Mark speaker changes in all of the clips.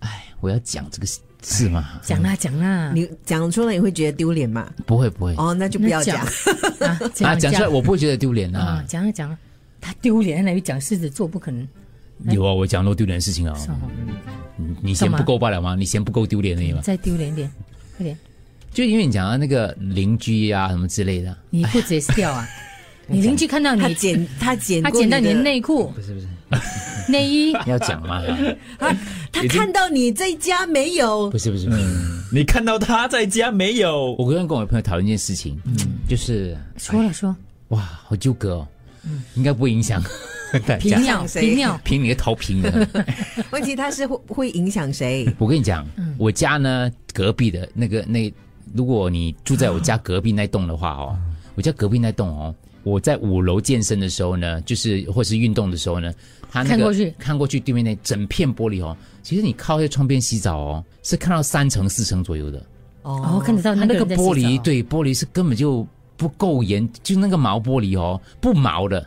Speaker 1: 哎我要讲这个事嘛？
Speaker 2: 讲啦讲啦，
Speaker 3: 嗯你讲出来你会觉得丢脸吗？
Speaker 1: 不会不会
Speaker 3: 哦，那就不要
Speaker 2: 那
Speaker 3: 讲
Speaker 2: 讲。啊，
Speaker 1: 啊，
Speaker 2: 讲
Speaker 1: 讲出来我不会觉得丢脸
Speaker 2: 啊
Speaker 1: 啊，。
Speaker 2: 讲啊讲啊，他丢脸，那里讲狮子座不可能，
Speaker 1: 有啊，我讲漏丢脸的事情啊。
Speaker 2: 是哦，
Speaker 1: 你你嫌不够罢了吗？你嫌不够丢脸而已嘛。
Speaker 2: 再丢脸一点，快点，
Speaker 1: 就因为你讲到那个邻居啊什么之类的，
Speaker 2: 你不解释 掉啊？你邻居看到
Speaker 3: 他
Speaker 2: 你，
Speaker 3: 剪他剪
Speaker 2: 他
Speaker 3: 过
Speaker 2: 捡到你
Speaker 3: 的
Speaker 2: 的，内裤、
Speaker 1: 不是不是，
Speaker 2: 内衣，
Speaker 1: 要讲嘛？
Speaker 3: 他他看到你在家没有
Speaker 1: 不是不是，不是
Speaker 4: 你看到他在家没有？
Speaker 1: 嗯我昨天跟我朋友讨论一件事情，
Speaker 2: 嗯
Speaker 1: 就是
Speaker 2: 说了说，
Speaker 1: 哇，好纠葛哦，
Speaker 2: 嗯
Speaker 1: 应该不会影 响 大
Speaker 2: 平
Speaker 1: 家。
Speaker 2: 尿
Speaker 3: 谁
Speaker 2: 平尿，
Speaker 1: 凭你个头平的。
Speaker 3: 问题，他是会会影响谁？
Speaker 1: 我跟你讲，
Speaker 2: 嗯
Speaker 1: 我家呢隔壁的那个那，如果你住在我家隔壁那栋的话哦，
Speaker 2: 嗯
Speaker 1: 我家隔壁那栋哦，我在五楼健身的时候呢，就是或是运动的时候呢，他那个
Speaker 2: 看过去
Speaker 1: 看过去对面那整片玻璃哦，其实你靠在窗边洗澡哦，是看到三层四层左右的，
Speaker 2: 哦，看得到
Speaker 1: 它
Speaker 2: 那
Speaker 1: 那个
Speaker 2: 个人在洗
Speaker 1: 玻璃
Speaker 2: 澡，
Speaker 1: 对玻璃是根本就不够严，就那个毛玻璃哦，不毛的。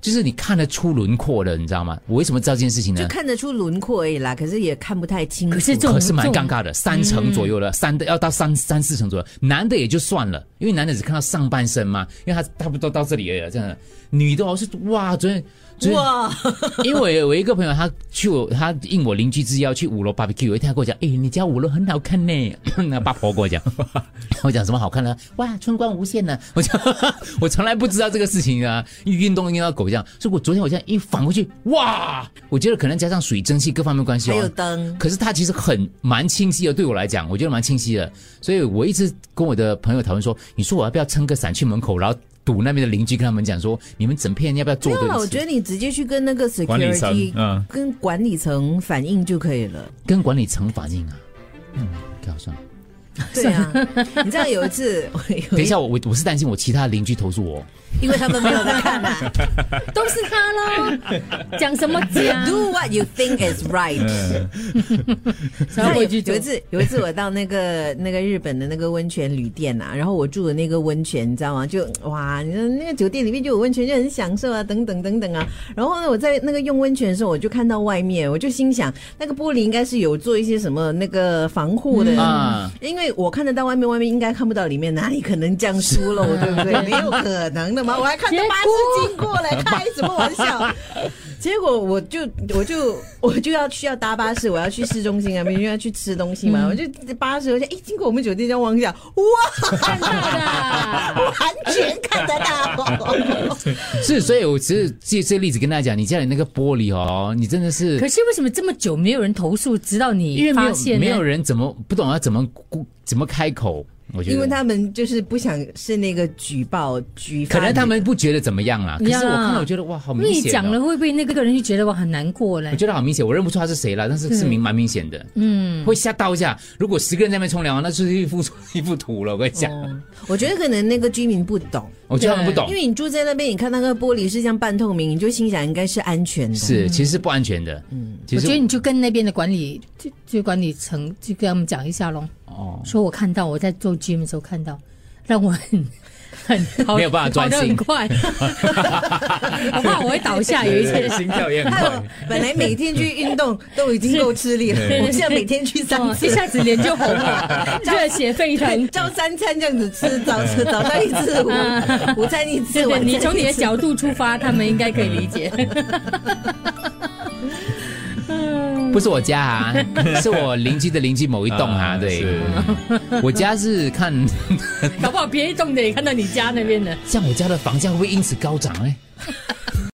Speaker 1: 就是你看得出轮廓的，你知道吗？我为什么知道这件事情呢？
Speaker 3: 就看得出轮廓而已啦，可是也看不太清楚。
Speaker 2: 可是这种嗯
Speaker 1: 可是蛮尴尬的，三层左右了，三的要到三三四层左右，男的也就算了，因为男的只看到上半身嘛，因为他差不多到这里而已了，啊这样的。女的哦是哇，昨天昨天，
Speaker 3: 哇，
Speaker 1: 因为我有我有一个朋友他去我他应我邻居之邀去五楼 barbecue，有一天他跟我讲，哎、你家五楼很好看呢， 那八婆跟 我讲，我讲什么好看呢？哇，春光无限呢、我讲 我从来不知道这个事情啊，运动运到狗这样，所以我昨天我这样一反过去，哇，我觉得可能加上水蒸气各方面关系哦，
Speaker 3: 还有灯，
Speaker 1: 可是它其实很蛮清晰的，对我来讲，我觉得蛮清晰的。所以我一直跟我的朋友讨论说，你说我要不要撑个伞去门口，然后堵那边的邻居，跟他们讲说，你们整片要不要
Speaker 3: 没
Speaker 1: 做
Speaker 3: 有
Speaker 1: 对
Speaker 3: 啦，我觉得你直接去跟那个
Speaker 4: 管理层
Speaker 3: security，
Speaker 4: 嗯
Speaker 3: 跟管理层反映就可以 了。
Speaker 1: 跟管理层反映啊。嗯，搞算了。
Speaker 3: 对啊，你知道有一次， 我有
Speaker 1: 等一下，我我我是担心我其他邻居投诉我，
Speaker 3: 因为他们没有在 看啊。
Speaker 2: 都是他喽， 讲什么讲？
Speaker 3: Do what you think is right。
Speaker 4: 嗯
Speaker 2: 然后
Speaker 3: 有
Speaker 2: 回去
Speaker 3: 有
Speaker 2: 就
Speaker 3: 一次，有一次我到那个那个日本的那个温泉旅店啊，然后我住的那个温泉，你知道吗？就哇，你说那个酒店里面就有温泉，就很享受啊，等等等等啊。然后呢，我在那个用温泉的时候，我就看到外面，我就心想，那个玻璃应该是有做一些什么那个防护的。
Speaker 2: 嗯
Speaker 1: 啊
Speaker 3: 因为我看得到外面，外面应该看不到里面，哪里可能这样疏漏，对不对？没有可能的嘛！我还看到巴士经过 来，开什么玩笑？结果我就我就我就要去要搭巴士，我要去市中心啊，明天要去吃东西
Speaker 1: 嗯
Speaker 3: 嘛，我就巴士，我就哎经过我们酒店，这样望一下，哇，
Speaker 2: 看到 的。
Speaker 3: 完全看得到。
Speaker 1: 是，所以我只是借这个例子跟大家讲，你家里那个玻璃哦，你真的是
Speaker 2: 可是为什么这么久没有人投诉，直到
Speaker 1: 因
Speaker 2: 你
Speaker 1: 为没
Speaker 2: 发
Speaker 1: 有
Speaker 2: 现
Speaker 1: 没有
Speaker 2: 呢？
Speaker 1: 人怎么不懂要怎么怎么开口，我觉得
Speaker 3: 因为他们就是不想是那个举报举发
Speaker 1: 可
Speaker 3: 的，
Speaker 1: 能他们不觉得怎么样啦，可是我
Speaker 2: 呀
Speaker 1: 看到我觉得哇，好
Speaker 2: 因
Speaker 1: 明
Speaker 2: 为你
Speaker 1: 显、哦。
Speaker 2: 讲了，会不会那个人就觉得我很难过嘞
Speaker 1: 我？觉得好明显，我认不出他是谁了，但是是明蛮明显的，嗯，会吓到一下。如果十个人在那边冲 凉，那就是一幅一幅图了。我跟你讲，
Speaker 2: 哦
Speaker 3: 我觉得可能那个居民不懂，
Speaker 1: 我觉得他们不懂
Speaker 3: 因，为你住在那边，你看那个玻璃是这样半透明，你就心想应该是安全的。
Speaker 1: 是其实是不安全的，嗯，其
Speaker 2: 我觉得
Speaker 1: 实
Speaker 2: 你就跟那边的管理，就就管理层就跟他们讲一下喽。
Speaker 1: 哦，
Speaker 2: 说我看到我在做 gym 的时候看到，让 我很很跑
Speaker 1: 没有办法专心
Speaker 2: 跑得 很快，我怕我会倒下。有一些
Speaker 1: 心跳也很
Speaker 3: 害我
Speaker 1: 快，
Speaker 3: 本来每天去运动都已经够吃力了， 我现在每天去三
Speaker 2: 哦
Speaker 3: 次
Speaker 2: 一。下子脸就红 了，热血沸腾。
Speaker 3: 照三餐这样子吃，早吃早上一次，午午餐一
Speaker 2: 对
Speaker 3: 次，
Speaker 2: 对，
Speaker 3: 晚餐一
Speaker 2: 你
Speaker 3: 次
Speaker 2: 从你的角度出发，他们应该可以 理解。
Speaker 1: 不是我家 啊，是我邻居的邻居某一栋啊，
Speaker 4: 啊
Speaker 1: 对
Speaker 4: 是，
Speaker 1: 我家是看，
Speaker 2: 搞不好别一栋的也看到你家那边的。
Speaker 1: 像我家的房价会不会因此高涨呢？